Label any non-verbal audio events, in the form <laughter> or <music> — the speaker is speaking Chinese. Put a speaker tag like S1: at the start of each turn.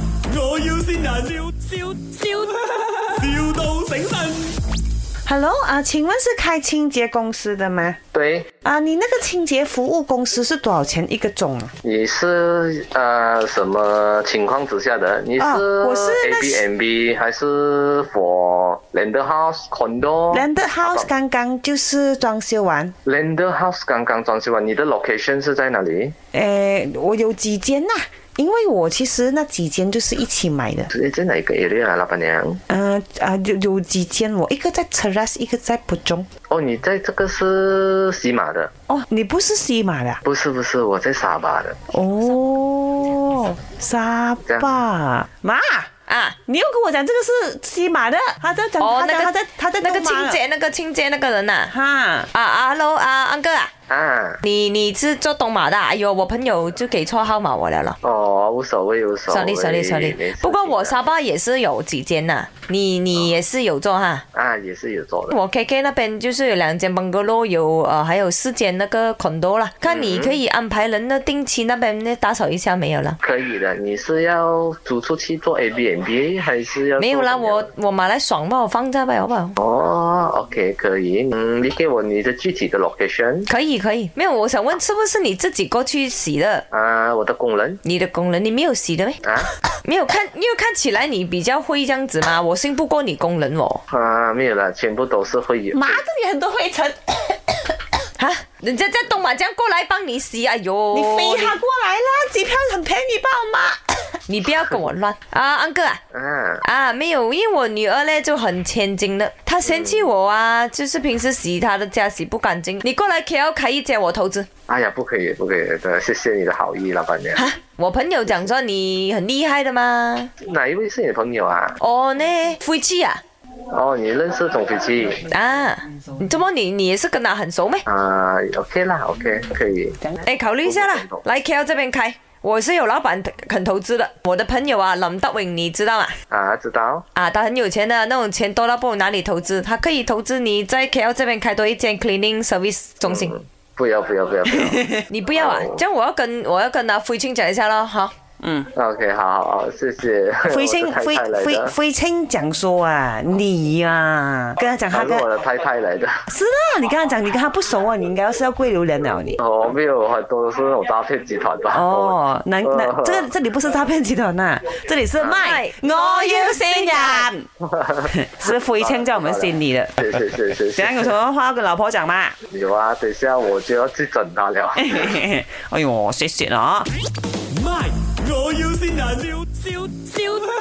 S1: 要先人，笑笑笑，,笑到醒 <laughs> 神。
S2: Hello 啊，请问是开清洁公司的吗？
S3: 对，
S2: 啊，你那个清洁服务公司是多少钱一个钟啊？
S3: 你是呃什么情况之下的？你是
S2: 哦我是那
S3: A B M B 还是 for Lander House condo
S2: Landed House 刚刚就是装修完，
S3: Lander House 刚刚装修完，你的 location 是在哪里？
S2: 诶，我有几间呐、因为我其实那几间就是一起买的，
S3: 是在哪一个 area 啊，老板娘？
S2: 嗯啊，有有几间我一个在 Terrace，一个在浦中。
S3: 哦，你在这个是西马的，
S2: 哦，你不是西马的啊、
S3: 不是不是，我在沙巴的。
S2: 哦，沙
S3: 这样
S2: 巴妈。
S4: 啊。
S2: 你又跟我讲这个是西马的，他在讲、
S4: 哦，
S2: 他
S4: 那
S2: 讲
S4: 个
S2: 他在他在
S4: 那个
S2: 东马
S4: 清
S2: 了
S4: 洁那个清洁那个人呐、
S2: 哈，
S4: 啊，啊，hello 啊，安哥啊，
S3: 啊，
S4: 你你是做东马的啊？哎呦，我朋友就给错号码我了了。
S3: 哦，无所谓无所谓
S4: sorry sorry
S3: 没
S4: sorry，
S3: 事
S4: 不过我
S3: 情的
S4: 沙巴也是有几间呐、你你也是有做哈？
S3: 啊也是有做的。
S4: 我 KK 那边就是有两间 bungalow，有呃还有四间那个 condo 啦，看你可以
S3: 嗯
S4: 安排人呢定期那边呢打扫一下没有啦？
S3: 可以的，你是要租出去做 A B M B 还是呃要做
S4: 没有啦，
S3: 什么样的
S4: 我我买来爽吧，我放在吧，好不好？
S3: 哦，OK，可以。嗯，你给我你的具体的 location
S4: 可以可以，没有，我想问是不是你自己过去洗的？
S3: 啊，我的工人
S4: 你的工人你没有洗的咩？ <coughs>
S3: 啊
S4: 没有看，因为看起来你比较会这样子嘛，我信不过你工人哦。
S3: 啊，没有了，全部都是会有。
S2: 妈这里很多灰尘，
S4: 哈，人家在东马这样过来帮你洗，哎呦，
S2: 哦你飞他过来啦，机票很便宜吧，妈。 <laughs>
S4: 你，你不要跟我乱啊，安哥啊。
S3: 啊，
S4: 啊，没有，因为我女儿呢就很千金的，她嫌弃我啊，就是平时洗她的家洗不干净。你过来 KL 开一间我投资
S3: 哎呀，不可以，不可以的，谢谢你的好意，老板娘。
S4: 啊，我朋友讲说你很厉害的嘛。
S3: 哪一位是你的朋友啊？
S4: 哦呢，夫妻啊，
S3: 哦，你认识总飞机
S4: 啊，你怎么你你也是跟他很熟咩？
S3: 啊？OK 啦，OK，可以。
S4: 哎，考虑一下啦，来 KL 这边开，我是有老板肯投资的，我的朋友啊林德荣你知道吗？
S3: 啊，知道。
S4: 啊，他很有钱的，那种钱多到不懂哪里投资，他可以投资你在 KL 这边开多一间 cleaning service 中心。
S3: 嗯，不要，不要，不要，不要。
S2: <laughs>
S4: 你不要啊
S3: 哦！
S4: 这样我要跟我要跟阿慧清讲一下咯，好，
S3: OK，好好好，谢谢。
S2: 飞
S3: 我
S2: 青
S3: 是太
S2: 飞
S3: 太来
S2: 飞
S3: 的，
S2: 飞青讲说啊，你呀、跟他讲
S3: 他
S2: 他
S3: 是
S2: 跟
S3: 啊我的太太来的。
S2: 是啦，你跟他讲你跟他不熟啊，你应该要是要贵榴莲了
S3: <laughs>
S2: 你。
S3: 哦，没有，很多都是那种诈骗集团吧。
S2: 哦，难难
S3: 哦，
S2: 这个这里不是诈骗集团呐、啊这里是卖
S4: 卖，
S2: 我要新
S3: 啊
S2: 人，是飞青叫我们新你的。
S3: <laughs> 谢谢谢谢
S2: 想
S3: 谢
S2: 要有什么话要跟老婆讲嘛？ <laughs>
S3: 有啊，等一下我就要去整他了。
S2: 哎呦，谢谢了啊。
S1: <laughs> My，我要先人，笑笑笑，,